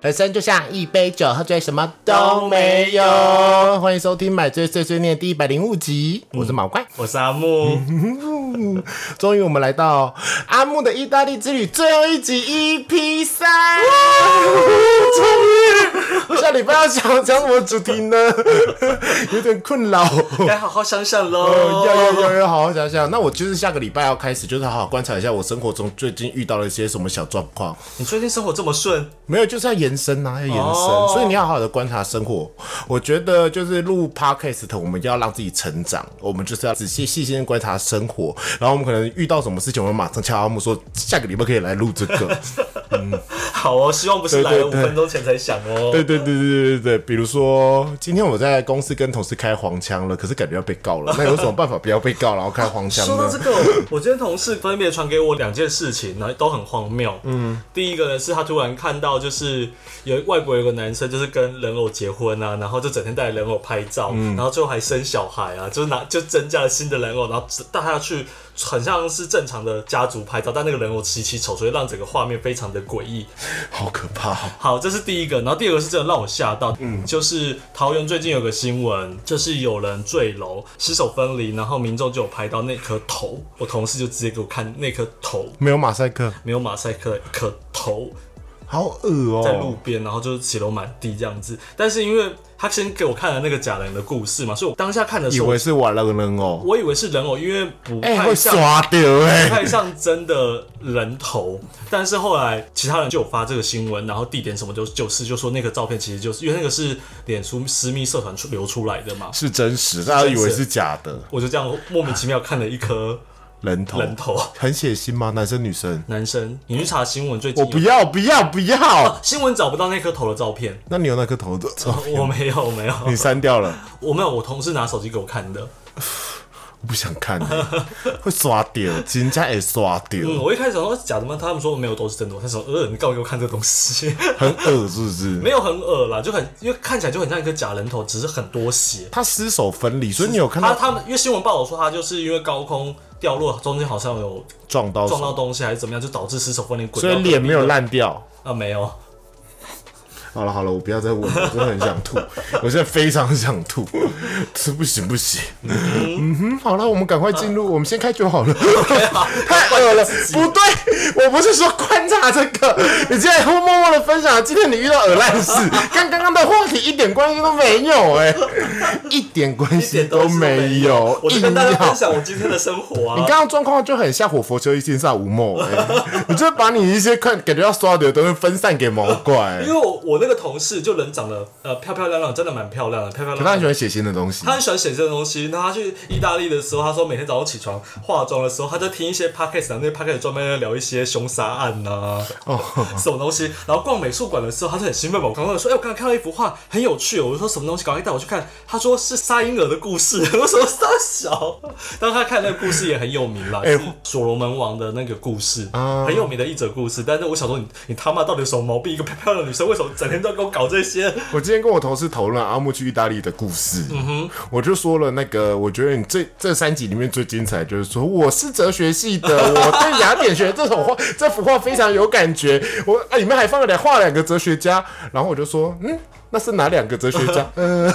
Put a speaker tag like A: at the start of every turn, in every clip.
A: 人生就像一杯酒，喝醉什么都没有。欢迎收听《买醉碎碎念》第一百零五集，我是毛怪。
B: 我是阿木，
A: 嗯终于我们来到阿木的意大利之旅最后一集 EP 三，终于！下礼拜要想讲什么主题呢？ 有点困扰。
B: 该好好想想
A: 要
B: 喽。
A: 哦要要要好好想想。那我就是下个礼拜要开始，就是好好观察一下我生活中最近遇到了一些什么小状况。
B: 你最近生活这么顺，
A: 没有，就是要延伸呐、啊，要延伸。
B: 哦
A: 所以你要好好的观察生活。我觉得就是录 podcast，我们要让自己成长，我们就是要仔细细心地观察生活。然后我们可能遇到什么事情，我们马上敲阿木说，下个礼拜可以来录这 个。
B: 好哦，希望不是来了五分钟前才想哦。
A: 对对对对对对对，比如说今天我在公司跟同事开黄腔了，可是感觉要被告了，那有什么办法不要被告，然后开黄腔
B: 说到
A: 呢
B: 这？个，我今天同事分别传给我两件事情，然后都很荒谬。嗯，第一个呢是他突然看到，就是有外国有个男生，就是跟人偶结婚啊，然后就整天带人偶拍照，
A: 嗯
B: 然后最后还生小孩啊，就是拿就增加了新的人偶，然后带他去很像是正常的家族拍照，但那个人偶极其丑，所以让整个画面非常的诡异。
A: 好可怕哦、
B: 好，这是第一个，然后第二个是真的让我吓到，嗯，就是桃园最近有个新闻，就是有人坠楼，尸首分离，然后民众就有拍到那颗头，我同事就直接给我看那颗头，
A: 没有马赛克，
B: 没有马赛克，一颗头
A: 好恶哦、
B: 在路边，然后就是血流满地这样子，但是因为他先给我看了那个假人的故事嘛，所以我当下看的
A: 以
B: 时候
A: 为，是玩了个人偶，
B: 我以为是人偶，因为不
A: 哦哎、
B: 太
A: 会
B: 像
A: 刷掉哎、
B: 不太像真的人头，但是后来其他人就有发这个新闻，然后地点什么就就是就说那个照片其实就是因为那个是脸书私密社团出流出来的嘛，
A: 是真实，大家以为是假的
B: 我就这样莫名其妙看了一颗
A: 人头，
B: 人头。
A: 很血腥吗？男生女生？
B: 男生，你去查新闻最近
A: 我
B: 有
A: 不要不要不要！
B: 新闻找不到那颗头的照片，
A: 那你有那颗头的照片？
B: 我没有，我没有，
A: 你删掉了？
B: 我没有，我同事拿手机给我看的。
A: 我不想 看，会刷掉，人家也刷掉，
B: 嗯，我一开始想说假的吗？他们说没有，都是真的。他说，呃，你干嘛给我看这东西？
A: 很恶是不是？
B: 没有很恶啦，就很因为看起来就很像一个假人头，只是很多血。
A: 他失手分离，所以你哦有看到
B: 他他们因为新闻报道说他就是因为高空掉落，中间好像有
A: 撞到
B: 撞到
A: 手，
B: 东西还是怎么样，就导致失手分离滚到
A: 所
B: 隔
A: 以
B: 壁的。
A: 脸没有烂掉。
B: 啊，没有。
A: 好了好了，我不要再问了，我真的很想吐， 我现在非常想吐，这不行不行。嗯哼，好了，我们赶快进
B: 嗯
A: 入，我们先开酒好了。 太恶了，不对，我不是说观察这个，你竟然默默的分享今天你遇到耳 烂事，跟刚刚的话题一点关系都没有哎、一点关
B: 一
A: 系
B: 点都
A: 都
B: 是
A: 没有，
B: 我就
A: 硬
B: 跟大家分
A: 要。
B: 享我今天的生活
A: 你
B: 啊。
A: 刚刚状况就很像火佛球一心上无梦、 欸，你就把你一些看感觉要刷的东西分散给毛怪、
B: 因为我我那个同事就人长得呃漂漂亮亮，真的蛮漂亮的，漂漂
A: 可他很喜
B: 亮亮。
A: 欢写新的东西
B: 他。很喜欢写这种东西。那他去意大利的时候，他说每天早上起床化妆的时候，他就听一些 podcast，然后那些 podcast 专门在聊一些凶杀案呐、 什么东西。然后逛美术馆的时候，他就很兴奋嘛。我刚刚说，哎、我刚刚看到一幅画，很有趣哦。我就说什么东西，赶快带我去看。他说是沙因尔的故事。 我说沙小，当时他看那个故事也很有名啦，是所罗门王的那个故事，很有名的一则故事。但是我想说你，你他妈到底有什么毛病？一个漂漂亮的女生为什么整天都要跟我搞这些？
A: 我今天跟我同事讨论阿木去意大利的故事，我就说了那个，我觉得你这这三集里面最精彩就是说我是哲学系 的，我对雅典学这种画这幅画非常有感觉，我啊里面还放了两画两个哲学家，然后我就说嗯。那是哪两个哲学 家？嗯，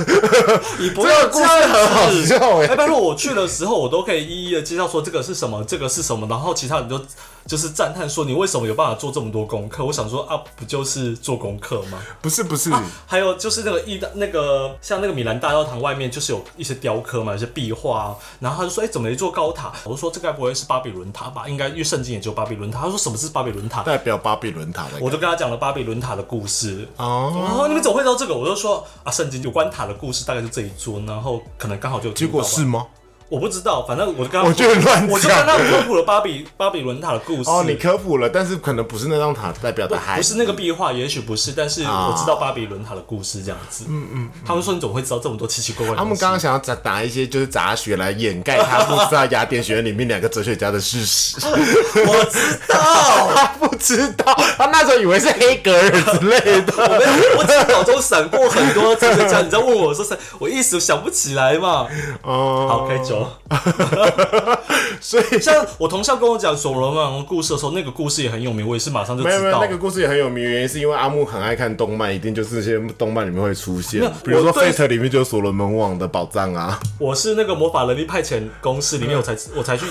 B: 你不要
A: 这
B: 这
A: 个
B: 样
A: 故事
B: 子
A: 很好笑欸
B: 哎，但是我去的时候，我都可以一一的介绍说这个是什么，这个是什么，然后其他人就就是赞叹说你为什么有办法做这么多功课？我想说啊，不就是做功课吗？
A: 不是不是，
B: 还有就是那个意大那个像那个米兰大教堂外面就是有一些雕刻嘛，一些壁画、啊。然后他就说，哎、怎么有一座高塔？我就说这该不会是巴比伦塔吧？应该因为圣经也只有巴比伦塔。他说什么是巴比伦塔？
A: 代表巴比伦塔的。
B: 我就跟他讲了巴比伦塔的故事。
A: 哦，
B: 然后你们怎么会知道这个？我就说啊，圣经有关塔的故事大概就这一桌，然后可能刚好就有
A: 结
B: 听到吧
A: 果是吗？
B: 我不知道，反正我就跟他
A: 我觉得乱讲
B: 我就跟他科普了巴比巴比伦塔的故事。
A: 哦，你科普了，但是可能不是那张塔代表的海
B: 不。是那个壁画，也许不是，但是
A: 啊
B: 我知道巴比伦塔的故事这样子。嗯嗯，他们说你怎么会知道这么多奇奇怪怪的
A: 他
B: 东西？
A: 们刚刚想要打打一些就是杂学来掩盖他不知道雅典学院里面两个哲学家的事实。
B: 我知 道，
A: 他不知道，他那时候以为是黑格尔之类的。
B: 我没有，我只是脑中闪过很多哲学家，你在问我说谁，我一时想不起来嘛。
A: 哦，
B: 好，开酒候。
A: 所以
B: 像我同校跟我讲《所罗门王》故事的时候，那个故事也很有名，我也是马上 就
A: 没有没
B: 知
A: 有，
B: 道。
A: 那个故事也很有名，原因是因为阿木很爱看动漫，一定就是这些动漫里面会出现
B: 没有，
A: 比如说
B: 我
A: 《
B: 对
A: Fate》里面就是所罗门王的宝藏啊。
B: 我是那个魔法能力派遣公司里面，我才我才去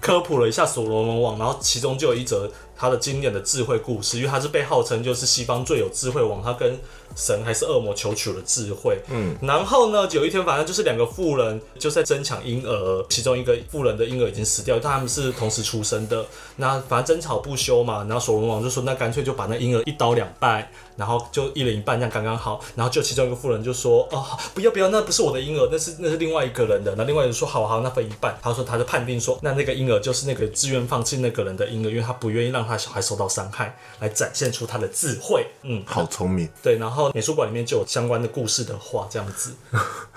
B: 科普了一下《所罗门王》，然后其中就有一则他的经典的智慧故事，因为他是被号称就是西方最有智慧王，他跟神还是恶魔求取了智慧。嗯，然后呢，有一天反正就是两个富人就在争抢婴儿，其中一个富人的婴儿已经死掉，但他们是同时出生的，那反正争吵不休嘛，然后所罗门王就说，那干脆就把那婴儿一刀两半，然后就一人一半，这样刚刚好。然后就其中一个妇人就说：“哦，不要不要，那不是我的婴儿，那是那是另外一个人的。”那另外一个人说：“好好，那分一半。”他说他就判定说，那那个婴儿就是那个自愿放弃那个人的婴儿，因为他不愿意让他小孩受到伤害，来展现出他的智慧。嗯，
A: 好聪明，
B: 对。然后美术馆里面就有相关的故事的画，这样子。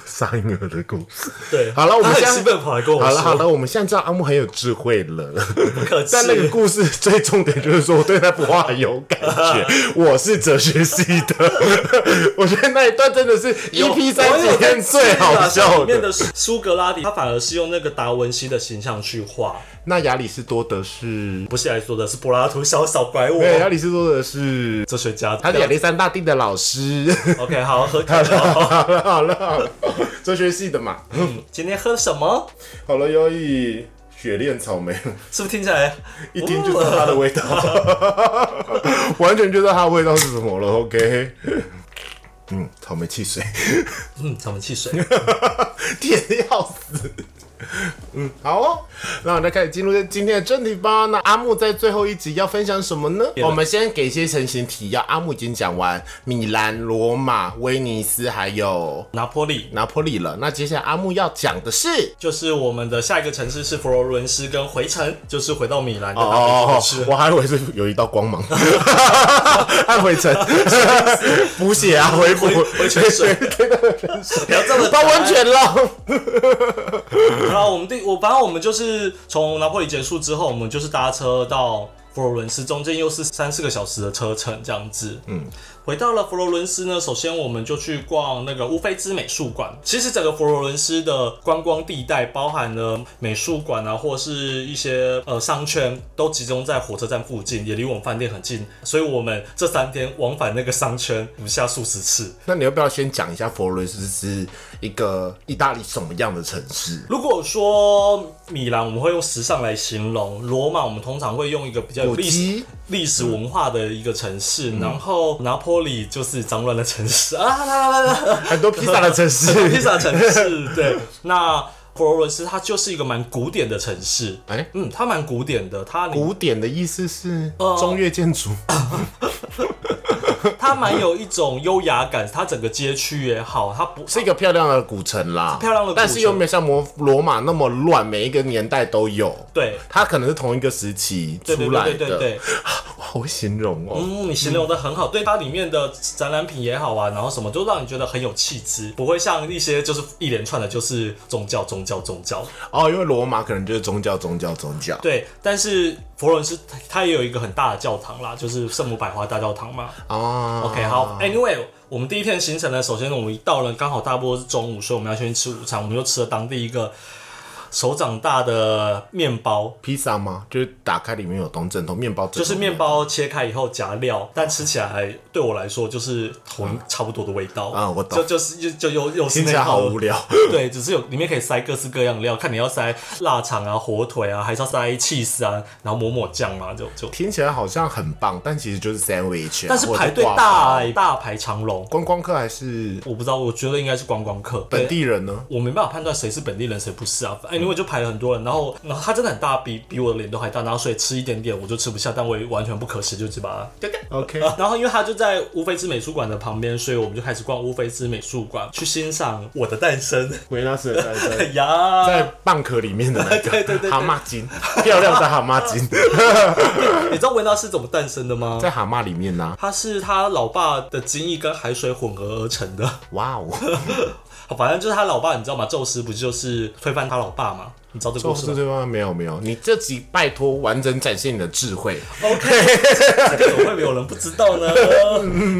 A: 杀婴儿的故事。
B: 对，
A: 好了我们
B: 他
A: 现在
B: 很兴奋跑来跟我
A: 好了好
B: 说，
A: 了，我们现在知道阿木很有智慧 了。
B: 不客气。
A: 但那个故事最重点就是说，我对那幅画有感 觉。我是哲学系的， 我觉得那一段真的是
B: 有
A: EP 三里面最好
B: 像
A: 笑
B: 里面
A: 的。
B: 的苏格拉底，他反而是用那个达文西的形象去画，
A: 那亚里士多德是，
B: 不是来说的是柏拉图，少少拐我。
A: 对，亚里士多德是
B: 哲学家，
A: 他是亚历山大帝的老师。
B: OK，好喝酒了。
A: 好了好了好了， 哲学系的嘛。
B: 今天喝什么？
A: 好了，优以雪恋草莓，
B: 是不是听起来
A: 一听就知道它的味道， 完全就知道它的味道是什么了。OK，嗯，草莓汽水。
B: 嗯，什么汽水？
A: 甜的要死。嗯，好哦，那我们再开始进入今天的正题吧。那阿木在最后一集要分享什么呢？我们先给一些成型提要。阿木已经讲完米兰、罗马、威尼斯还有
B: 拿坡里
A: 拿破里了。那接下来阿木要讲的是。
B: 就是我们的下一个城市是佛罗伦斯跟回程，就是回到米兰的
A: 哦
B: 那
A: 哦
B: 个
A: 哦
B: 城！市。
A: 我还以为是有一道光芒，按回程，补血啊，回补
B: 回回泉水，不要这么
A: 泡温泉了。
B: 然后我们第我反正我们就是从拿破里结束之后，我们就是搭车到佛罗伦斯，中间又是三四个小时的车程这样子。嗯，回到了佛罗伦斯呢，首先我们就去逛那个乌菲兹美术馆。其实整个佛罗伦斯的观光地带包含了美术馆啊，或是一些呃商圈，都集中在火车站附近，也离我们饭店很近，所以我们这三天往返那个商圈不下数十次。
A: 那你要不要先讲一下佛罗伦斯是一个意大利什么样的城市？
B: 如果说米兰，我们会用时尚来形容；罗马，我们通常会用一个比较有
A: 古嗯
B: 历史
A: 迹
B: 历史文化的一个城市。然后拿坡里就是脏乱的城市啊，来来来来来，。
A: 很多披萨的城市
B: 披萨城市。对，那佛罗伦斯它就是一个蛮古典的城市。
A: 哎、
B: 嗯，它蛮古典的，它
A: 古典的意思是
B: 哦
A: 中越建筑，
B: 它蛮有一种优雅感，它整个街区也好，它不
A: 是一个漂亮的古城啦，
B: 漂亮的古城
A: 但是又没有像摩罗马那么乱，每一个年代都有。
B: 对
A: 它可能是同一个时期
B: 对对
A: 出来的，
B: 对对对对。
A: 哇好会形容哦。
B: 嗯，你形容的很好，对它里面的展览品也好啊，然后什么都让你觉得很有气质，不会像一些就是一连串的就是宗教宗教宗教。
A: 哦，因为罗马可能就是宗教，宗教，宗教。
B: 对，但是佛罗伦斯它它也有一个很大的教堂啦，就是圣母百花大教堂嘛。
A: 哦
B: OK，好，Anyway，我们第一天的行程呢，首先我们一到了，刚好大波是中午，所以我们要先吃午餐，我们就吃了当地一个手掌大的面包，
A: 披萨吗？就是打开里面有东正头面包，
B: 就是面。包切开以后夹料，但吃起来对我来说就是同差不多的味道
A: 啊我懂
B: 就就是就就又又是
A: 听起
B: 那
A: 来好
B: 个
A: 无聊，
B: 对，只是有里面可以塞各式各样的料，看你要塞腊肠啊、火腿啊，还是要塞 cheese 啊，然后抹抹酱嘛，就就，
A: 听起来好像很棒，但其实就是 sandwich 啊。
B: 但是
A: 或者
B: 排队
A: 挂包
B: 大欸大排长龙，
A: 观光客还是
B: 我不知道，我觉得应该是观光客对
A: 本地人呢？
B: 我没办法判断谁是本地人谁不是啊，哎，因为就排了很多人，然后然后他真的很大，比比我的脸都还大，然后所以吃一点点我就吃不下，但我也完全不可食，就只把它
A: OK，
B: 然后因为它就在乌菲兹美术馆的旁边，所以我们就开始逛乌菲兹美术馆，去欣赏《我的诞生
A: 维纳斯的诞生》
B: 呀。
A: 在蚌壳里面的那
B: 呃对对对
A: 个
B: 对
A: 蛤蟆精，漂亮的蛤蟆 精，
B: 你知道维纳斯怎么诞生的吗？
A: 在蛤蟆里面啊呢、
B: 它是他老爸的精液跟海水混合而成的，
A: 哇哦，
B: 反正就是他老爸，你知道吗？宙斯不就是推翻他老爸嘛？你知道这个
A: 宙
B: 故事
A: 斯
B: 吗
A: 对方没有没有，你这集拜托完整展现你的智慧。
B: 哦？OK，这个怎么会没有人不知道呢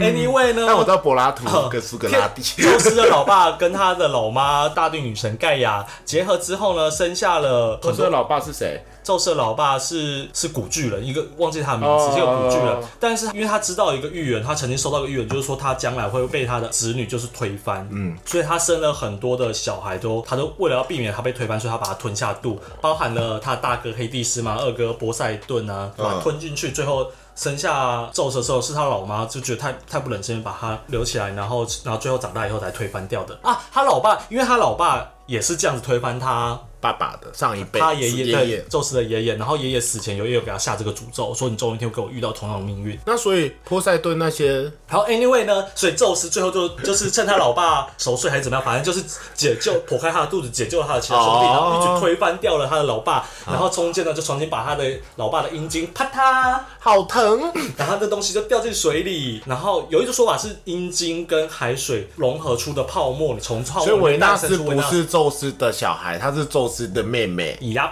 B: ？Anyway 呢？
A: 但嗯我知道柏拉图
B: 呃
A: 跟苏格拉 底，
B: 天宙斯的老爸跟他的老妈大地女神盖亚结合之后呢，生下了
A: 我
B: 很
A: 说的
B: 多。
A: 老爸是谁？
B: 宙斯的老爸是是古巨人，一个忘记他的名字，
A: 哦
B: 是一个古巨人。但是因为他知道一个预言，他曾经收到一个预言，就是说他将来会被他的子女就是推翻。嗯，所以他生了很多的小孩都，他都为了要避免他被推翻，所以他把他吞下肚，包含了他的大哥黑帝斯嘛，二哥波塞顿啊，把他吞进去，最后。生下宙斯的时候，是他老妈就觉得太太不忍心，把他留起来，然后然后最后长大以后才推翻掉的啊。他老爸，因为他老爸也是这样子推翻他啊
A: 爸爸的上一辈，
B: 他爷
A: 是
B: 爷
A: 爷
B: 对
A: 爷。
B: 宙斯的爷爷，然后爷爷死前有也有给他下这个诅咒，说你总有一天会跟我遇到同样的命运。
A: 那所以波塞顿那些
B: 然后 anyway 呢，所以宙斯最后就就是趁他老爸熟睡还是怎么样，反正就是解救剖开他的肚子，解救了他的其他兄弟，
A: 哦啊
B: 然后一举推翻掉了他的老爸，然后中间呢就重新把他的老爸的阴茎啪嗒，
A: 好疼，
B: 然后那东西就掉进水里，然后有一种说法是阴茎跟海水融合出的泡沫，你从泡
A: 所以
B: 沫
A: 维
B: 里
A: 纳
B: 诞生
A: 斯
B: 出维
A: 不
B: 纳斯。
A: 是宙斯的小孩，他是宙斯的妹妹。
B: 以呀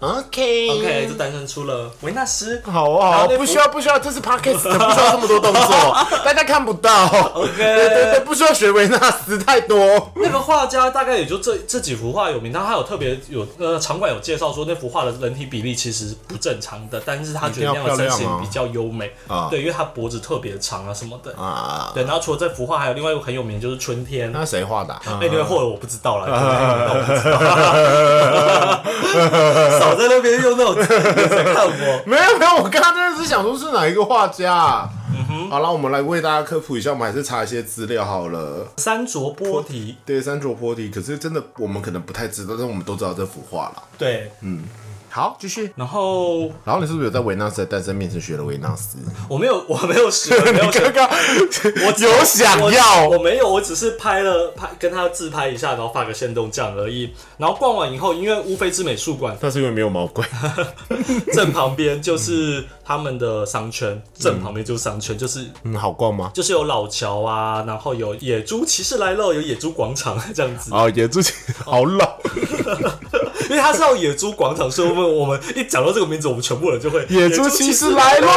A: OK
B: ，OK，就诞生出了维纳斯。
A: 好
B: 然
A: 啊，
B: 后那
A: 不需要不需要，这是 podcast，的不需要这么多动作， 大家看不到。OK，对对对，不需要学维纳斯太多。
B: 那个画家大概也就这这几幅画有名，但他有特别有呃场馆有介绍说那幅画的人体比例其实不正常的，但是他觉得那样
A: 一
B: 的身
A: 定要漂
B: 形
A: 亮哦
B: 比较优美
A: 啊
B: 对，因为他脖子特别长啊什么的。
A: 啊，
B: 对，然后除了这幅画，还有另外一个很有名的就是春天。
A: 那谁画的啊？
B: 那个或者我不知 道了，可能有名但我不知道 少在那边用那种字眼在看我。
A: 没有没有，我刚刚真的是想说是哪一个画家啊。
B: 嗯
A: 好了，我们来为大家科普一下，我们还是查一些资料好了。
B: 三卓波提，
A: 对，三卓坡地，可是真的我们可能不太知道，但我们都知道这幅画了。
B: 对，
A: 嗯好，继续。
B: 然后
A: 然后你是不是有在维纳斯的诞生面前学了维纳斯？
B: 我没有， 我没有学， 没有学
A: 刚刚
B: 我
A: 我
B: 只
A: 有想要
B: 我，我没有，我只是拍了拍跟他自拍一下，然后发个线动这样而已。然后逛完以后，因为乌菲兹美 术馆
A: 但是因为没有毛怪。
B: 正旁边就是他们的商圈，正旁边就是商圈，就是
A: 嗯，好逛吗？
B: 就是有老桥啊，然后有野猪骑士来了，有野猪广场这样子。
A: 哦，野猪好老，
B: 因为它是有野猪广场，所以我们我们一讲到这个名字，我们全部人就会
A: 野猪骑士来。喽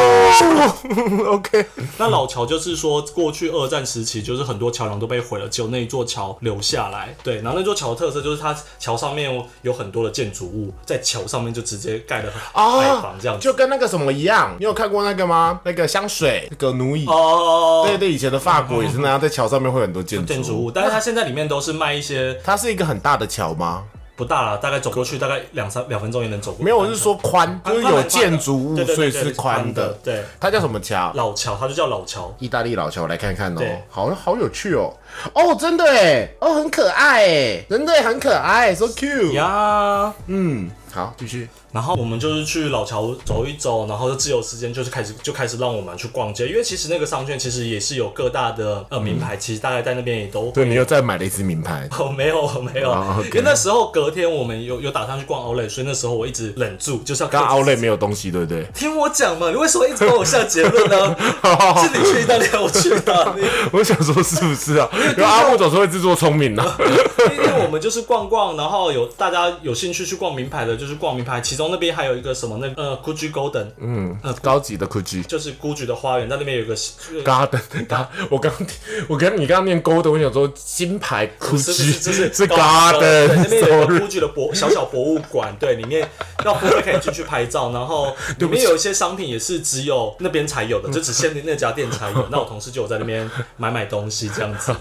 A: ！OK，
B: 那老桥就是说，过去二战时期，就是很多桥梁都被毁了，只有那一座桥留下来。对，然后那座桥的特色就是它桥上面有很多的建筑物，在桥上面就直接盖了海
A: 啊
B: 房这样，子。
A: 就跟那个什么一样，你有看过那个吗？那个香水，那个奴役。
B: 哦，
A: 对对，以前的法国也是那样，在桥上面会有很多哦建
B: 建筑
A: 筑物。
B: 物，但是它现在里面都是卖一些
A: 它是一个很大的桥吗？
B: 不大了，大概走过去大概两三两分钟也能走过。
A: 没有，我是说啊宽，就是有建筑物，
B: 对对
A: 所以
B: 对对
A: 是宽的。
B: 对，
A: 它叫什么桥？
B: 老桥，它就叫老桥。
A: 意大利老桥，来看看哦、
B: 对
A: 好好有趣哦、哦，真的哎，哦，很可爱哎，真的耶很可爱，so cute。
B: 呀，
A: 嗯，好，继续。
B: 然后我们就是去老桥走一走，然后就自由时间就是开始就开始让我们去逛街，因为其实那个商圈其实也是有各大的呃名牌，其实大概在那边也都。
A: 对你又再买了一支名 牌，
B: 哦， 没有没有
A: 哦，OK
B: 因为那时候隔天我们有有打算去逛 Olay，所以那时候我一直忍住，就是要
A: 刚
B: 克
A: 奥
B: 制
A: 莱没有东西，对不对？
B: 听我讲嘛，你为什么一直帮我下结 论呢？是你去意大利，我去意大利。
A: 我想说是不是啊？然后阿木总是会自作聪明的、啊
B: 那天我们就是逛逛，然后有大家有兴趣去逛名牌的，就是逛名牌，其中那边还有一个什么那呃 Gucci Golden，
A: 嗯， 高级的 Gucci
B: 就是 Gucci 的花园，在那边有一个
A: Garden，它我刚我跟你刚刚念 Gold，我想说金牌
B: 哦是不是
A: Gucci
B: 就是对那边有一个
A: Garden，sorry，
B: 古迹的博小小博物馆，对，里面要付费可以进去拍照，然 后里面有一些商品也是只有那边才有的，就只限定那家店才 有。那我同事就有在那边买买东西这样 子。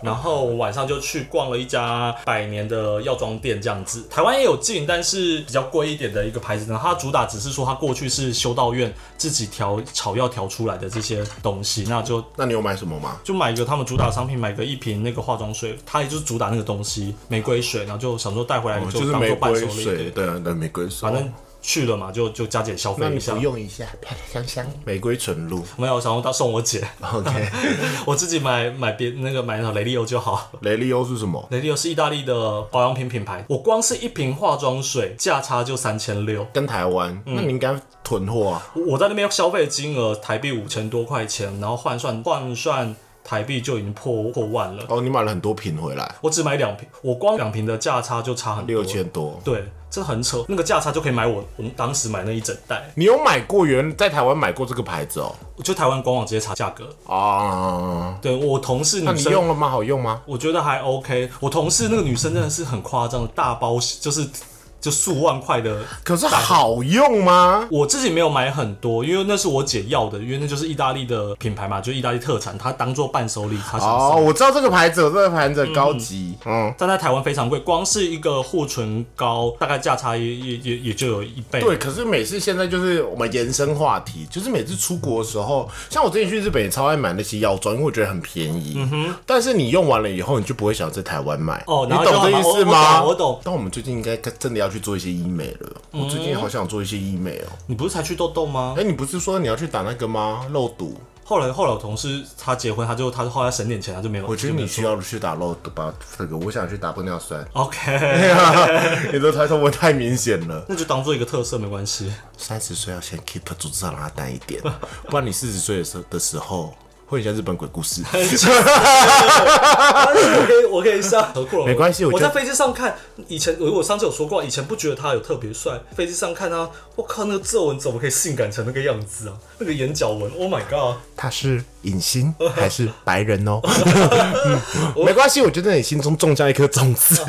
B: 然后我晚上就去逛了一家百年的药妆店，这样子，台湾也有进，但是比较贵一点的一个牌子呢。它主打只是说它过去是修道院自己调草药调出来的这些东西，那就
A: 那你有买什么吗？
B: 就买一个他们主打商品，买个一瓶那个化妆水，它也就是主打那个东西玫瑰水，然后就想说带回来
A: 我哦就是
B: 当
A: 玫
B: 做伴手
A: 瑰
B: 礼，
A: 水，
B: 对
A: 对啊，对玫瑰水，
B: 反正去了嘛，就就加减消
A: 那
B: 费
A: 你
B: 一下
A: 服。用一下，漂亮香香，玫瑰纯 露
B: 没有，想要到送我姐，
A: ，OK。
B: 我自己买买别那个买那种雷利欧就好。
A: 雷利欧是什么？
B: 雷利欧是意大利的保养品品牌，我光是一瓶化妆水价差就三千六，
A: 跟台湾，
B: 嗯
A: 那你应该囤货啊。
B: 我我在那边消费金额台币五千多块钱，然后换算换算。台币就已经破破万了。
A: 哦，你买了很多瓶回来，
B: 我只买两瓶，我光两瓶的价差就差很多。
A: 六千多。
B: 对，这很扯，那个价差就可以买我我们当时买那一整袋。
A: 你有买过原在台湾买过这个牌子哦？
B: 就台湾官网直接查价格。
A: 啊，
B: 对我同事
A: 那
B: 女
A: 你
B: 生，
A: 用了吗？好用吗？
B: 我觉得还 OK。我同事那个女生真的是很夸张，大包就是就数万块的。
A: 可是好用吗？
B: 我自己没有买很多，因为那是我姐要的，因为那就是意大利的品牌嘛，就意大利特产，她当做伴手礼，她想
A: 哦，
B: 送。
A: 我知道这个牌子，我知道这个牌子很高级。嗯，
B: 但在台湾非常贵，光是一个护唇膏，大概价差也也也也就有一倍。
A: 对，，可是每次现在就是我们延伸话题，就是每次出国的时候，像我之前去日本也超爱买那些药妆，因为我觉得很便宜。嗯哼。但是你用完了以后，你就不会想在台湾买。
B: 哦
A: 你
B: 然后
A: 懂这
B: 就要
A: 意思
B: 买
A: 吗？
B: 我我懂我懂
A: 但我们最近应该真的要去做一些医美了。我最近好想做一些医美哦。
B: 你不是才去痘痘吗
A: 哎、？你不是说你要去打那个吗？肉毒？
B: 后来后来我同事她结婚，她就她后来省点钱，她就没有。
A: 我觉得你需要去打肉毒吧，这个我想去打玻尿酸。
B: OK，
A: 你的抬头纹太明显了。
B: 那就当做一个特色没 关系。
A: 三十岁要先 keep 住至少让它淡一点， 不然你四十岁的时候的时候会很像日本鬼故 事。
B: 我可以我可以 上何库龙，
A: 没关系我
B: 哦我
A: 觉得
B: 在飞机上看以前，我我上次有说过，以前不觉得他有特别帅，飞机上看他，我靠，那个皱纹怎么可以性感成那个样子啊？那个眼角纹，Oh my god！
A: 他是隐 形还是白人哦？嗯没关系，我觉得你心中种下一颗种 子。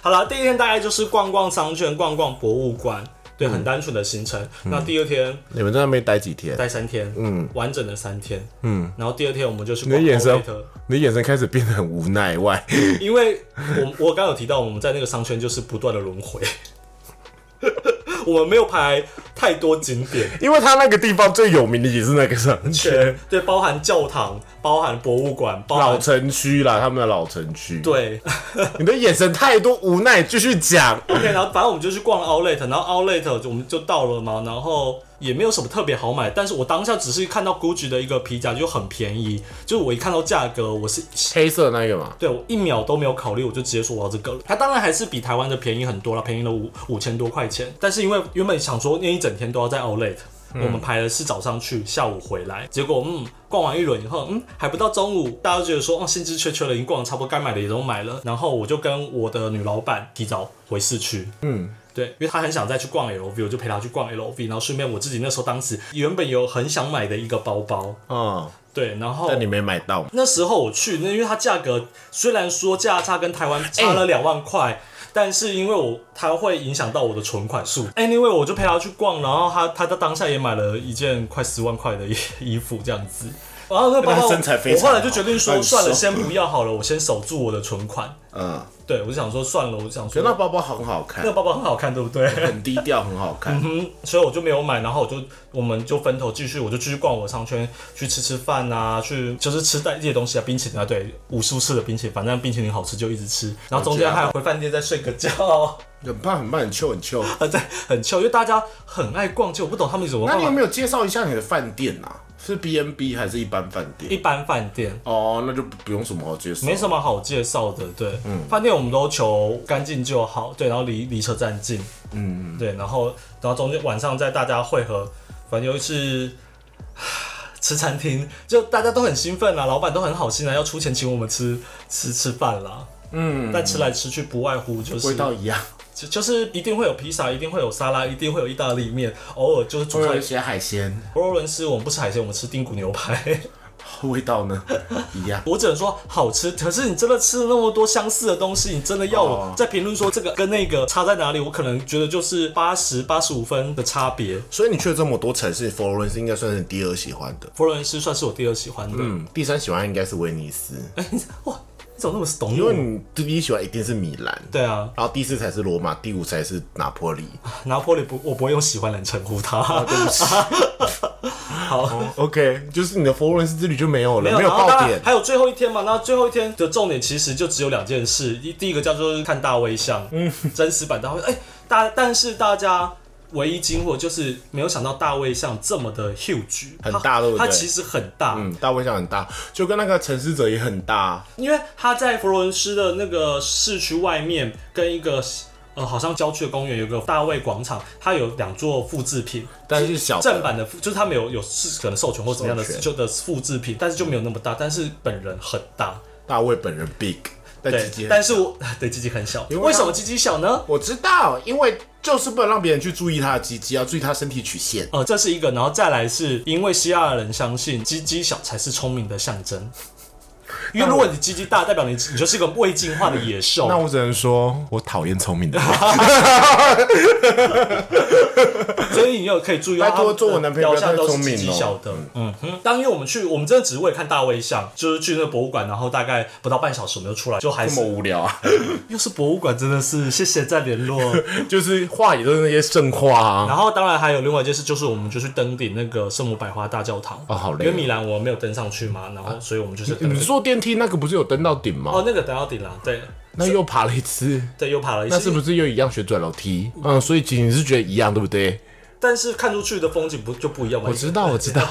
B: 好了，第一天大概就是逛逛商圈，逛逛博物馆，
A: 嗯
B: 对，很单纯的行程。那第二天
A: 你们在那边待几天？
B: 待三天，嗯，完整的三天，嗯，然后第二天我们就去
A: 你的
B: 逛
A: 眼神
B: Outlet，
A: 你的眼神开始变得很无奈外。
B: 因为我我刚刚有提到我们在那个商圈就是不断的轮回， 我们没有排太多景点。
A: 因为他那个地方最有名的也是那个商
B: 嗯
A: 圈，
B: 对，包含教堂，包含博物馆，包
A: 老
B: 含
A: 城区啦，他们的老城区。，
B: 对
A: 你的眼神太多无奈，继续讲。
B: ，OK，然后反正我们就去逛 Outlet，然后 Outlet 我们就到了嘛，然后也没有什么特别好买，但是我当下只是看到 GUCCI 的一个皮夹就很便宜，就是我一看到价格，我是
A: 黑色那个嘛，
B: 对我一秒都没有考虑，我就直接说我要这个了。它当然还是比台湾的便宜很多了，便宜了五五千多块钱。但是因为原本想说那一整天都要在 Outlet，、我们排的是早上去，下午回来。结果嗯，逛完一轮以后，嗯，还不到中午，大家都觉得说哦，兴致缺缺了，已经逛得差不多，该买的也都买了。然后我就跟我的女老板提早回市区，对，因为他很想再去逛 LV，我就陪他去逛 LV，然后顺便我自己那时候当时原本有很想买的一个包包，
A: 嗯，
B: 对，然后
A: 但你没买到嘛。
B: 那时候我去，那因为它价格虽然说价差跟台湾差了两万块。但是因为我它会影响到我的存款数，anyway 我就陪他去逛，然后他他他当下也买了一件快十万块的衣 衣服这样子，然后那个包包
A: 那身材非
B: 我
A: 常好
B: 后来就决定说
A: 很瘦
B: 算了，先不要好了，我先守住我的存款。
A: 嗯，
B: 对，我就想说算了，我就想
A: 觉
B: 说
A: 得那包包很好看
B: 那个，包包很好看，对不对？
A: 很低调，很好看。
B: 嗯，所以我就没有买，然后我就我们就分头继续，我就继续逛我的商圈，去吃吃饭啊，去就是吃带一些东西啊，冰淇淋啊，对，无数次的冰淇淋，反正冰淇淋好吃就一直吃，然后中间还回饭店再睡个觉，
A: 很棒，很棒，很秀，很秀。
B: 啊，对，很糗，因为大家很爱逛街，我不懂他们怎么
A: 那
B: 办
A: 你有
B: 法。
A: 没有介绍一下你的饭店啊？是 B N B 还是一般饭
B: 一
A: 店？
B: 般饭店
A: 哦，那就不用什么好介绍。
B: 没什么好介绍的，对，饭、店我们都求干净就好，对，然后离离车站近，嗯，对，然后然后中间晚上在大家汇合，反正就是唉吃餐厅，就大家都很兴奋啦，啊老板都很好心啦，要出钱请我们吃 吃吃饭啦，嗯，但吃来吃去不外乎就是
A: 味道一样，
B: 就就是一定会有披萨，一定会有沙拉，一定会有意大利面，偶尔就是
A: 会
B: 煮
A: 有
B: 菜
A: 一。些海鲜，
B: 佛罗伦斯我们不吃海鲜，我们吃丁骨牛排。
A: 味道 呢一样。
B: 我只能说好吃，可是你真的吃了那么多相似的东西，你真的要我
A: 哦
B: 在评论说这个跟那个差在哪里？我可能觉得就是八十八十五分的差别。
A: 所以你去了这么多城市，佛罗伦斯应该算是你第二喜欢的。
B: 佛罗伦斯算是我第二喜欢的。
A: 嗯，第三喜欢应该是威尼斯，
B: 哎、你哇，你怎么那么懂
A: 因为
B: 我？
A: 你第一喜欢一定是米兰，
B: 对啊，
A: 然后第四才是罗马，第五才是拿坡 里。
B: 拿破里不，我不会用喜欢来称呼他。
A: 哦对不起
B: 好，
A: ，OK，就是你的佛罗伦斯之旅就没有了，没有
B: 然后当
A: 爆
B: 然
A: 点。
B: 还有最后一天嘛，那最后一天的重点其实就只有两件事，一第一个叫做看大卫像，嗯，真实版大卫，哎、大但是大家。唯一惊惑就是没有想到大卫像这么的 huge，
A: 很
B: 它
A: 大对不
B: 它
A: 对
B: 其实很大，
A: 嗯，大卫像很大，就跟那个陈思哲也很大。
B: 因为它在佛罗伦斯的那个市区外面跟一个呃，好像郊区的公园有个大卫广场，它有两座复制品，
A: 但是小的
B: 正版的复，就是他们有有是可能授权或怎么样的
A: 授权
B: 就的复制品，但是就没有那么大，但是本人很大，
A: 大卫本人 big，但
B: 对
A: 吉呃吉，很
B: 但是我 对鸡鸡很小，
A: 因为
B: 为
A: 它
B: 什么鸡鸡小呢？
A: 我知道，因为就是不能让别人去注意他的鸡鸡，要注意他身体曲线。
B: 呃，这是一个，然后再来是因为希腊人相信鸡鸡小才是聪明的象 征，因为如果你鸡鸡大，代表你你就是一个未进化的野兽。
A: 那我只能说，我讨厌聪明 的人，
B: 所以你有可以注意到，
A: 拜托做我男朋友
B: 雕像
A: 不要
B: 都
A: 太
B: 是
A: 聪明
B: 极
A: 哦
B: 其小的。嗯哼，当因为我们去，我们真的只是为了看大卫像，就是去那个博物馆，然后大概不到半小时我们就出来，就还
A: 这么
B: 是
A: 无聊啊！
B: 又是博物馆，真的是谢谢再联络。
A: 就是画也都是那些圣画啊。
B: 然后当然还有另外一件事，就是我们就去登顶那个圣母百花大教堂。
A: 哦好累哦啊
B: 因为米兰我没有登上去嘛，然后所以我们就是登
A: 你坐电梯那个不是有登到顶吗？
B: 哦那个登到顶了，对
A: 那又爬了一次，
B: 对，又爬了一次。
A: 那是不是又一样旋转楼梯？嗯，所以仅仅是觉得一样，对不对？
B: 但是看出去的风景不就不一样吗？
A: 我知道，我知 道，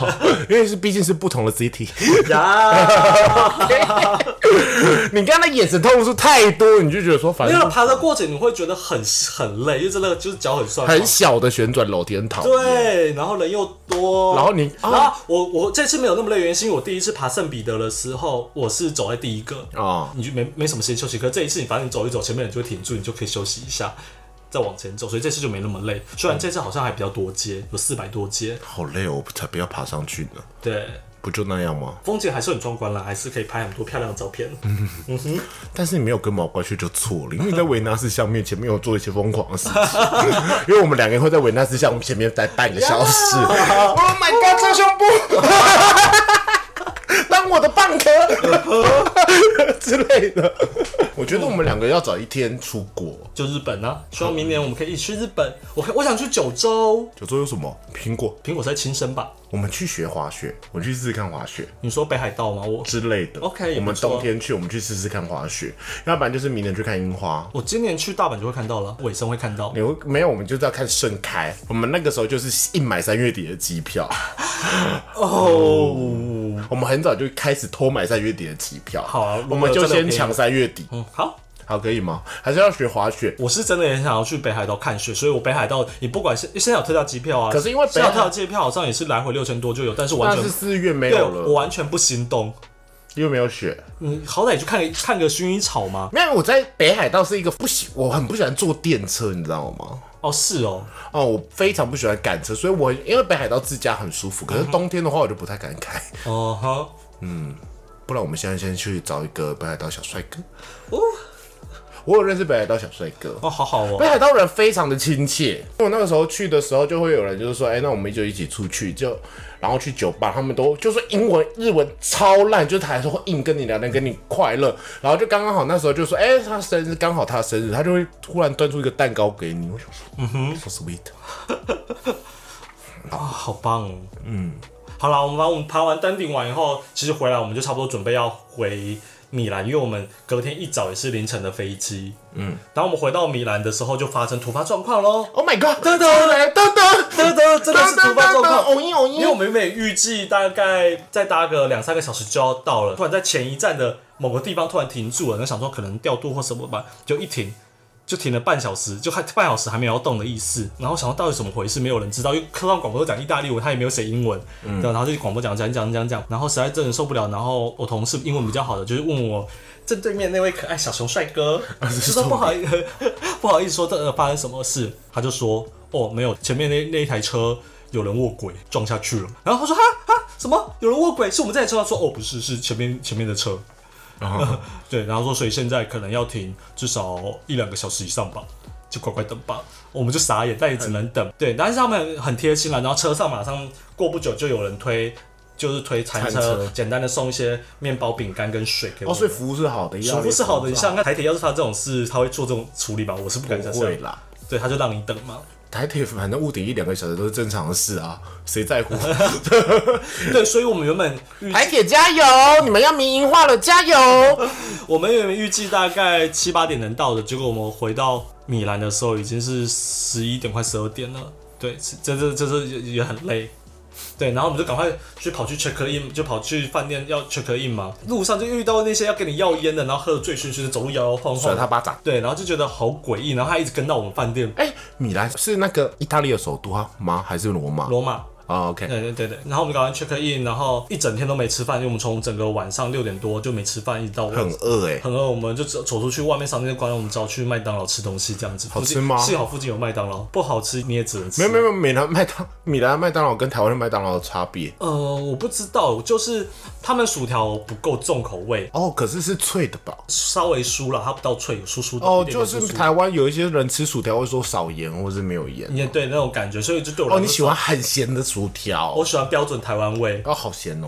A: 因为是毕竟是不同的 city。
B: 呀，
A: 你刚才眼神透露出太多，你就觉得说反
B: 那个
A: 正
B: 爬的过程你会觉得很很累，因为真的就是脚很酸嘛。
A: 很小的旋转楼梯很讨厌。
B: 对，然后人又多，
A: 然后你啊
B: 然后我我这次没有那么累，原因是因为我第一次爬圣彼得的时候，我是走在第一个，
A: 啊，
B: 你就没没什么时间休息。可这一次你反正你走一走，前面人就会停住，你就可以休息一下，再往前走，所以这次就没那么累。虽然这次好像还比较多阶，有四百多阶，
A: 好累哦，我才不要爬上去呢，
B: 对，
A: 不就那样吗？
B: 风景还是很壮观啦，还是可以拍很多漂亮的照片。
A: 嗯但是你没有跟毛怪去就错了，因为你在维纳斯像面前面有做一些疯狂的事情， 因为我们两个人会在维纳斯像前面待 半个小时。oh my god，遮胸部， 当我的蚌壳 之类的。我觉得我们两个要找一天出国，
B: 就日本啊，希望明年我们可以一起去日本。我看我想去九州，
A: 九州有什么苹果？
B: 苹果是在亲生吧？
A: 我们去学滑雪，我去试试看滑雪
B: 你说北海道吗？我
A: 之类的。
B: OK，也
A: 我们
B: 不错
A: 冬天去，我们去试试看滑雪，要不然就是明年去看樱花。
B: 我今年去大阪就会看到了，尾声会看到。
A: 你会没有，我们就是要看盛开。我们那个时候就是一买三月底的机票，
B: 哦，
A: 我们很早就开始偷买三月底的机票。
B: 好啊如
A: 我
B: 果
A: 们就
B: 真的有
A: 先
B: 便宜
A: 抢三月底，
B: 嗯，好。
A: 好可以吗？还是要学滑雪？
B: 我是真的也很想要去北海道看雪，所以我北海道，你不管是现在有特价机票啊，
A: 可是因为北海
B: 现在有特价机票好像也是来回六千多就有，但是完
A: 那
B: 全
A: 是四月没有
B: 对我
A: 了，
B: 完全不心动。
A: 因为没有雪。
B: 你好歹也去看个看个薰衣草嘛。
A: 没有，我在北海道是一个不喜，我很不喜欢坐电车，你知道吗？
B: 哦，是哦，
A: 哦，我非常不喜欢赶车，所以我因为北海道自驾很舒服，可是冬天的话我就不太敢开。
B: 哦哈，
A: 不然我们现在先去找一个北海道小帅哥。
B: 哦
A: 我有认识北海道小帅哥，
B: 哦，好好哦，
A: 北海道人非常的亲切。我那个时候去的时候，就会有人就是说，哎、那我们就一起出去，就然后去酒吧，他们都就说英文、日文超烂，就是他哎还是会硬跟你聊天，跟你快乐。然后就刚刚好那时候就说，哎、他生日刚好他生日，他就会突然端出一个蛋糕给你。我想说，嗯哼，so sweet。
B: 啊，好棒哦，嗯，好啦，我们把我们爬完登顶完以后，其实回来我们就差不多准备要回。米兰，因为我们隔天一早也是凌晨的飞机，嗯，然后我们回到米兰的时候就发生突发状况喽，
A: Oh my god！
B: 噔
A: 噔噔
B: 噔
A: 噔
B: 真的真的是突发状况，
A: 哦一哦
B: 因
A: 一
B: 为我们原本预计大概再搭个两三个小时就要到了，突然在前一站的某个地方突然停住了，那想说可能调度或什么吧，就一停就停了半小时，就还半小时还没有要动的意思。然后想说到底怎么回事，没有人知道，因为科上广播讲意大利文，他也没有写英文，对吧，然后就广播讲讲讲讲讲，然后实在真的受不了，然后我同事英文比较好的就是问我。正对面那位可爱小熊帅哥，就说不好意 思，不好意思说这呃发生什么事，他就说哦没有，前面那那一台车有人卧轨撞下去了。然后他说哈哈什么有人卧轨是我们这台车？他说哦不是，是前面前面的车。对，然后说所以现在可能要停至少一两个小时以上吧，就乖乖等吧。我们就傻眼，但也只能等。对，但是他们很贴心了，啊然后车上马上过不久就有人推。就是推餐
A: 餐车
B: 车，简单的送一些面包、饼干跟水给
A: 哦，
B: 我们。
A: 所以服务是好的，意大利
B: 服务是好的，你
A: 服务
B: 像看台铁，要是他这种事，他会做这种处理吧？我是不敢
A: 是好
B: 想
A: 不
B: 象
A: 会。啦。
B: 对，他就让你等嘛。
A: 台铁反正误点一两个小时都是正常的事啊，谁在 乎？
B: 对，所以我们原本预
A: 台铁加油！你们要民营化了，加油！
B: 我们原本预计大概七八点能到的，结果我们回到米兰的时候已经是十一点快十二点了。对，这这这这也也很累。对，然后我们就赶快去跑去 check in，就跑去饭店要 check in 嘛。路上就遇到那些要跟你要烟的，然后喝的醉醺醺的，走路摇摇晃
A: 甩
B: 晃
A: 他
B: 的。
A: 巴掌。
B: 对，然后就觉得好诡异，然后他一直跟到我们饭店。
A: 哎、米兰是那个意大利的首都啊吗？还是罗马？
B: 罗马，嗯呃
A: 啊，OK、o k
B: 对对对对，然后我们搞完 check in，然后一整天都没吃饭，因为我们从整个晚上六点多就没吃饭，一直到晚
A: 很饿哎、
B: 很饿，我们就走走出去，外面商店就关了，我们只好去麦当劳吃东西，这样子。
A: 好吃
B: 附近
A: 吗
B: 幸好附近有麦当劳，不好吃你也只能吃。
A: 没有没有没有，米兰麦当米兰麦当劳跟台湾的麦当劳的差别
B: 呃，我不知道，就是他们薯条不够重口味，
A: 哦，可是是脆的吧？
B: 稍微酥了，它不到脆，有酥酥的。
A: 哦，
B: 一点
A: 就
B: 点
A: 是
B: 酥酥
A: 台湾有一些人吃薯条会说少盐或是没有盐。
B: 也对那种感觉，所以就对我来
A: 哦，
B: 说
A: 你喜欢很咸的薯条？
B: 我喜啊欢标准台湾味，
A: 哦，好咸 哦，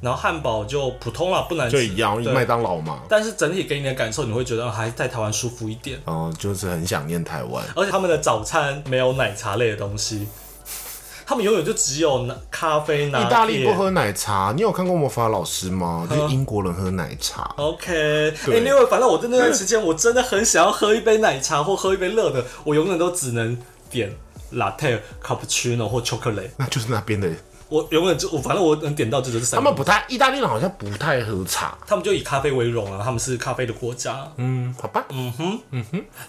B: 然后汉堡就普通了，不难
A: 就
B: 吃
A: 一。样，
B: 对
A: 麦当劳嘛。
B: 但是整体给你的感受，你会觉得啊还在台湾舒服一点。
A: 哦，就是很想念台湾。
B: 而且他们的早餐没有奶茶类的东西，他们永远就只有拿咖啡、拿
A: 意大利不。喝奶茶，你有看过魔法老师吗？就是英国人喝奶茶。
B: OK，哎、另外，反正我在那段时间，我真的很想要喝一杯奶茶或喝一杯热的，我永远都只能点 latte、cappuccino 或 chocolate。
A: 那就是那边的，
B: 我永远就我反正我能点到就这三
A: 他
B: 个。
A: 们不太，意大利人好像不太喝茶。
B: 他们就以咖啡为荣啊，他们是咖啡的国家。
A: 嗯，好吧，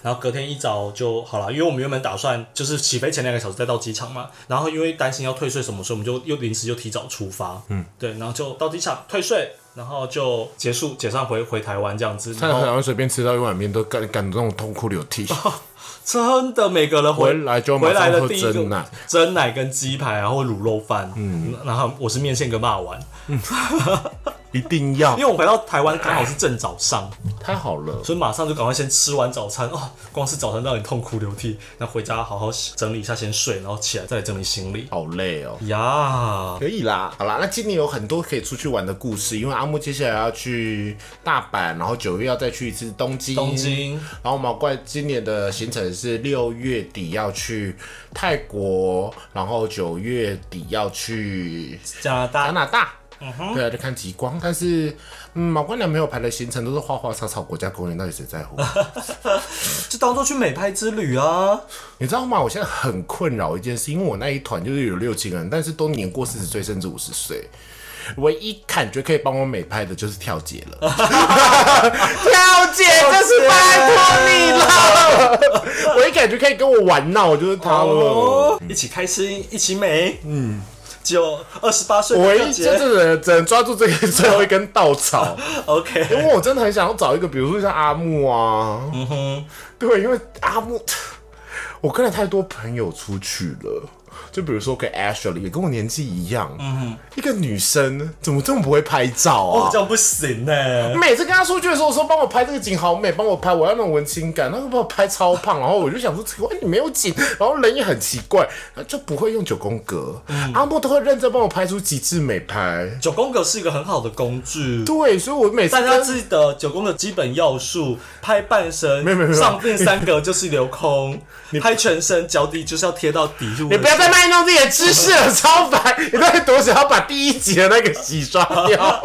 B: 然后隔天一早就好了，因为我们原本打算就是起飞前两个小时再到机场嘛，然后因为担心要退税什么，所以我们就又临时又提早出发。嗯，对，然后就到机场退税，然后就结束解散回回台湾这样子。
A: 在
B: 然
A: 台
B: 后
A: 湾随便吃到一碗面都感感动痛哭流 涕，
B: 真的每个人回
A: 回来就马
B: 回来
A: 上
B: 的
A: 喝
B: 第一个
A: 真奶。
B: 蒸奶跟鸡排，然后卤肉饭，嗯，然后我是面线跟骂丸，
A: 一定 要
B: 因为我回到台湾刚好是正早上，
A: 太好了。
B: 所以马上就赶快先吃完早餐哦，光是早餐让你痛哭流涕，那回家好好整理一下，先睡，然后起来再来整理行李。
A: 好累哦，
B: 呀，
A: 可以啦，好啦，那今年有很多可以出去玩的故事，因为阿木接下来要去大阪，然后九月要再去一次东京，
B: 东京
A: 然后毛怪今年的行程是六月底要去泰国，然后九月底要去
B: 加
A: 加
B: 拿大，
A: 拿大。对啊，就看极光，但是，嗯，毛怪男朋友排的行程都是花花草草国家公园，到底谁在乎？
B: 就当做去美拍之旅啊。
A: 你知道吗？我现在很困扰一件事，因为我那一团就是有六七个人，但是都年过四十岁甚至五十岁，唯一感觉可以帮我美拍的就是跳姐了。跳姐，这是拜托你了， 唯一感觉可以跟我玩闹就是她了。
B: 哦，一起开心，一起美。嗯，就二十八岁
A: 我
B: 的
A: 一就
B: 一姐
A: 是只能抓住这个最后一根稻草，因
B: ，OK，
A: 哦为我真的很想要找一个，比如说像阿木啊，嗯哼，对，因为阿木，我跟了太多朋友出去了，就比如说跟 Ashley 也跟我年纪一样，嗯一个女生怎么这么不会拍照
B: 哦
A: 啊，？
B: 这样不行呢。
A: 每次跟她出去的时候，我说帮我拍这个景好美，帮我拍，我要那种文青感，那个帮我拍超胖，然后我就想说奇怪你没有景，然后人也很奇怪，就不会用九宫格，阿木都会认真帮我拍出极致美拍。
B: 九宫格是一个很好的工具。
A: 对，所以我每次
B: 大家
A: 跟
B: 记得九宫的基本要素：拍半身，
A: 没有没有没有
B: 上面三格就是留空； 拍全身，脚底就是要贴到底部。
A: 你不要再卖弄自己的知识了，超烦！你到底多想要把第一集的那个洗刷掉？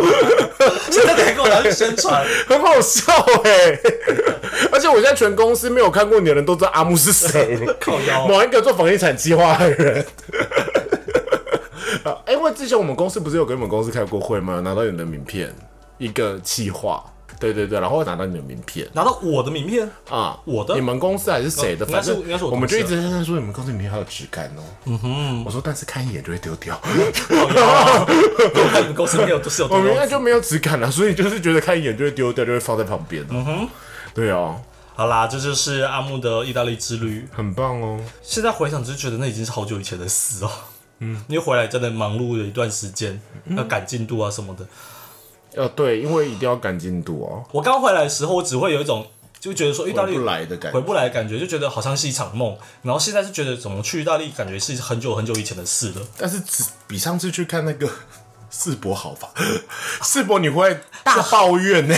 B: 现在得给我拿去宣 传。
A: 很好笑哎、而且我现在全公司没有看过你的人都知道阿木是谁，
B: 靠 腰
A: 某一个做房地产计划的人。啊因为之前我们公司不是有跟我们公司开过会吗？拿到你的名片，一个企划，对对对，然后拿到你的名片
B: 拿到我的名片，
A: 啊，
B: 我的
A: 你们公司还是谁的？
B: 应该
A: 反
B: 是
A: 正
B: 应该是我
A: 我们
B: 同
A: 就
B: 事啊
A: 一直在说你们公司名片还有质感哦。嗯哼，我说但是看一眼就会丢 掉。
B: 靠腰给我看你们公司没有都是有 多
A: 我们
B: 用
A: 应该就没有质感了，所以就是觉得看一眼就会丢掉，就会放在旁边。嗯哼，对啊，
B: 好啦，这就是阿木的意大利之旅。
A: 很棒哦。
B: 现在回想，只是觉得那已经是好久以前的事哦、嗯，因为回来真的忙碌了一段时间，
A: 嗯
B: 要赶进度啊什么的。
A: 呃，对，因为一定要赶进度哦，
B: 我刚回来的时候，我只会有一种就觉得说意大利
A: 回不来的感觉
B: 回不来的感觉，就觉得好像是一场梦。然后现在是觉得怎么去意大利，感觉是很久很久以前的事了。
A: 但是只比上次去看那个 世博好 吧？世博你会大抱怨呢、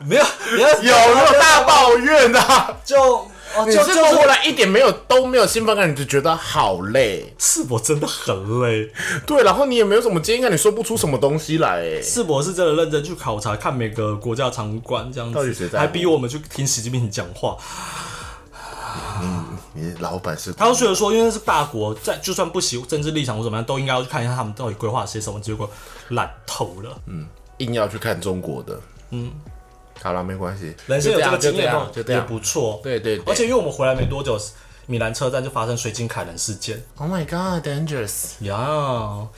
B: 没有，没 有，
A: 有没有大抱怨啊？
B: 就 哦，
A: 你
B: 就
A: 世博
B: 就
A: 回
B: 是
A: 来一点没有都没有兴奋感，你就觉得好累。
B: 世博真的很累。
A: 对，然后你也没有什么经验感，你说不出什么东西来、欸。
B: 世博是真的认真去考察，看每个国家的场馆这样子，
A: 到底谁在乎
B: 还逼我们去听习近平讲话。
A: 嗯，你老板是
B: 他就觉得说，因为那是大国，在就算不喜政治立场或怎么样，都应该要去看一下他们到底规划些什么。结果懒透了，
A: 硬要去看中国的，嗯，好了，没关系，
B: 人生有
A: 就
B: 这
A: 样
B: 个经验后
A: 就这
B: 也
A: 样，就这
B: 不
A: 样。
B: 错。
A: 对对对
B: 而且因为我们回来没多久，米兰车站就发生水晶凯人事件
A: Oh my god, dangerous！
B: 呀，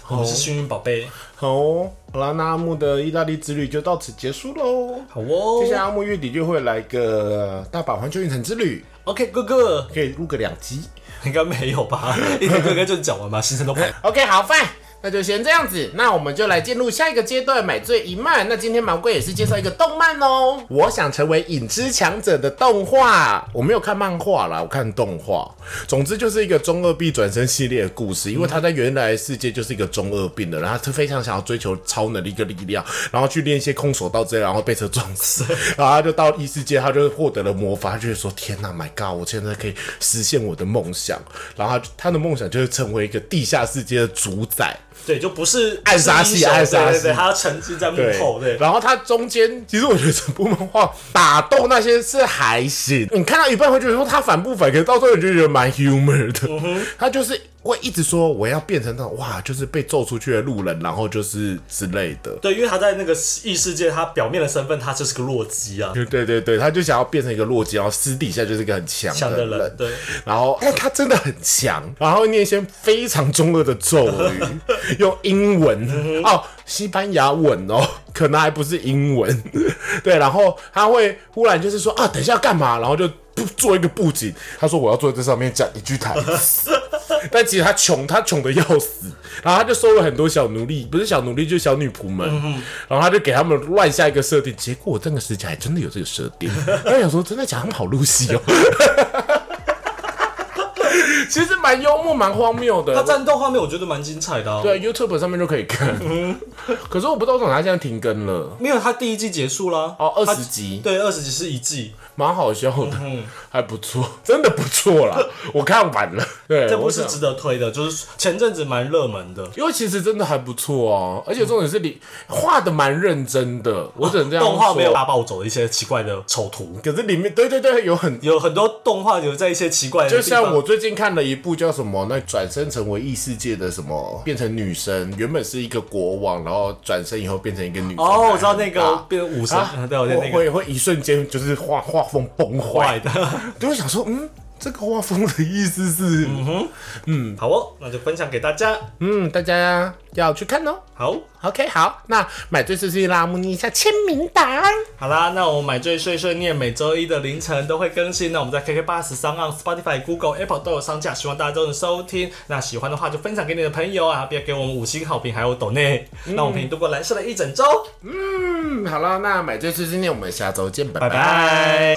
B: 我们是幸运宝贝，
A: 好哦，好啦，那阿木的意大利之旅就到此结束喽。
B: 好
A: 接下来
B: 哦。
A: 阿木月底就会来个大阪环球影城之旅，
B: OK，哥哥
A: 可以录个两集。
B: 应该没有 吧？一天哥哥就讲完吧，行程都排
A: OK，好饭，那就先这样子。那我们就来进入下一个阶段，买醉一漫。那今天毛贵也是介绍一个动漫哦。我想成为影之强者的动画，我没有看漫画啦，我看动画。总之就是一个中二病转身系列的故事，因为他在原来世界就是一个中二病的人，他是非常想要追求超能力跟力量，然后去练一些空手道之类，然后被车撞死，然后他就到异世界，他就获得了魔法，他就觉得说天呐，My God，我现在可以实现我的梦想。然后他他的梦想就是成为一个地下世界的主宰。
B: 对，就不是
A: 暗杀戏
B: 不是英雄
A: 暗杀
B: 对
A: 戏
B: 对对，他沉浸在幕
A: 对
B: 后，对，
A: 然后他中间，其实我觉得整部漫画打斗那些是还行，你看到一半会觉得说他反不反，可是到最后你就觉得蛮 humor 的。
B: 嗯
A: 他就是会一直说我要变成那种哇，就是被揍出去的路人，然后就是之类的。
B: 对，因为他在那个异世界，他表面的身份他就是个弱鸡啊，
A: 对对对，他就想要变成一个洛基，然后私底下就是一个很强
B: 强
A: 的
B: 的人，对，
A: 然后，但哎他真的很强，然后念一些非常中二的咒语，用英文、哦，西班牙文哦，可能还不是英文， 对，然后他会忽然就是说啊，等一下要干嘛，然后就不做一个布景，他说我要坐在这上面讲一句台词， 但其实他穷，他穷的要死，然后他就收了很多小奴隶，不是小奴隶就是小女仆们，然后他就给他们乱下一个设定，结果这个时期还真的有这个设 定，他想说真的假的，他们好入戏哦。其实蛮幽默、蛮荒谬
B: 他
A: 的。
B: 战斗画面我觉得蛮精彩的、啊，，
A: 对，YouTube 上面就可以看。
B: 嗯
A: 可是我不知道为什么他现在停更了，
B: 没有他第一季结束啦，
A: 哦
B: 他
A: 20集
B: 对，二十集是一季，
A: 蛮好笑的，
B: 嗯
A: 还不错，真的不错 啦。我看完了，对，
B: 这不
A: 我
B: 是
A: 想
B: 值得推的，就是前阵子蛮热门的。
A: 因为其实真的还不错哦、而且重点是你画的蛮认真的，我只能这样说。
B: 哦动画没有大暴走的一些奇怪的丑图，
A: 可是里面对对对有很。
B: 有很多动画有在一些奇怪的地
A: 就
B: 方，
A: 像我最近看了一部叫什么，那转身成为异世界的什么，变成女生，原本是一个国王，然后转身以后变成一个女生。
B: 哦，我知道那
A: 很
B: 个
A: 大
B: 变武神，
A: 啊，
B: 对，我对那
A: 我
B: 个
A: 也会一瞬间就是画画风崩
B: 坏
A: 坏，
B: 的。
A: 就会想说，嗯，这个画风的意思是，
B: 嗯 好哦，那就分享给大家。
A: 嗯，大家要去看哦。
B: 好，
A: OK，好，那买醉碎碎拉木尼一下签名档，
B: 好啦，那我们买醉碎碎念每周一的凌晨都会更新，那我们在 KK 八十三、on Spotify、Google、Apple 都有上架，希望大家都能收听。那喜欢的话就分享给你的朋友啊，别给我们五星好评，还有抖内，
A: 嗯
B: 让我们陪你度过蓝色的一整周。
A: 嗯，好了，那买醉碎碎念，我们下周见，拜
B: 拜
A: 拜
B: 拜。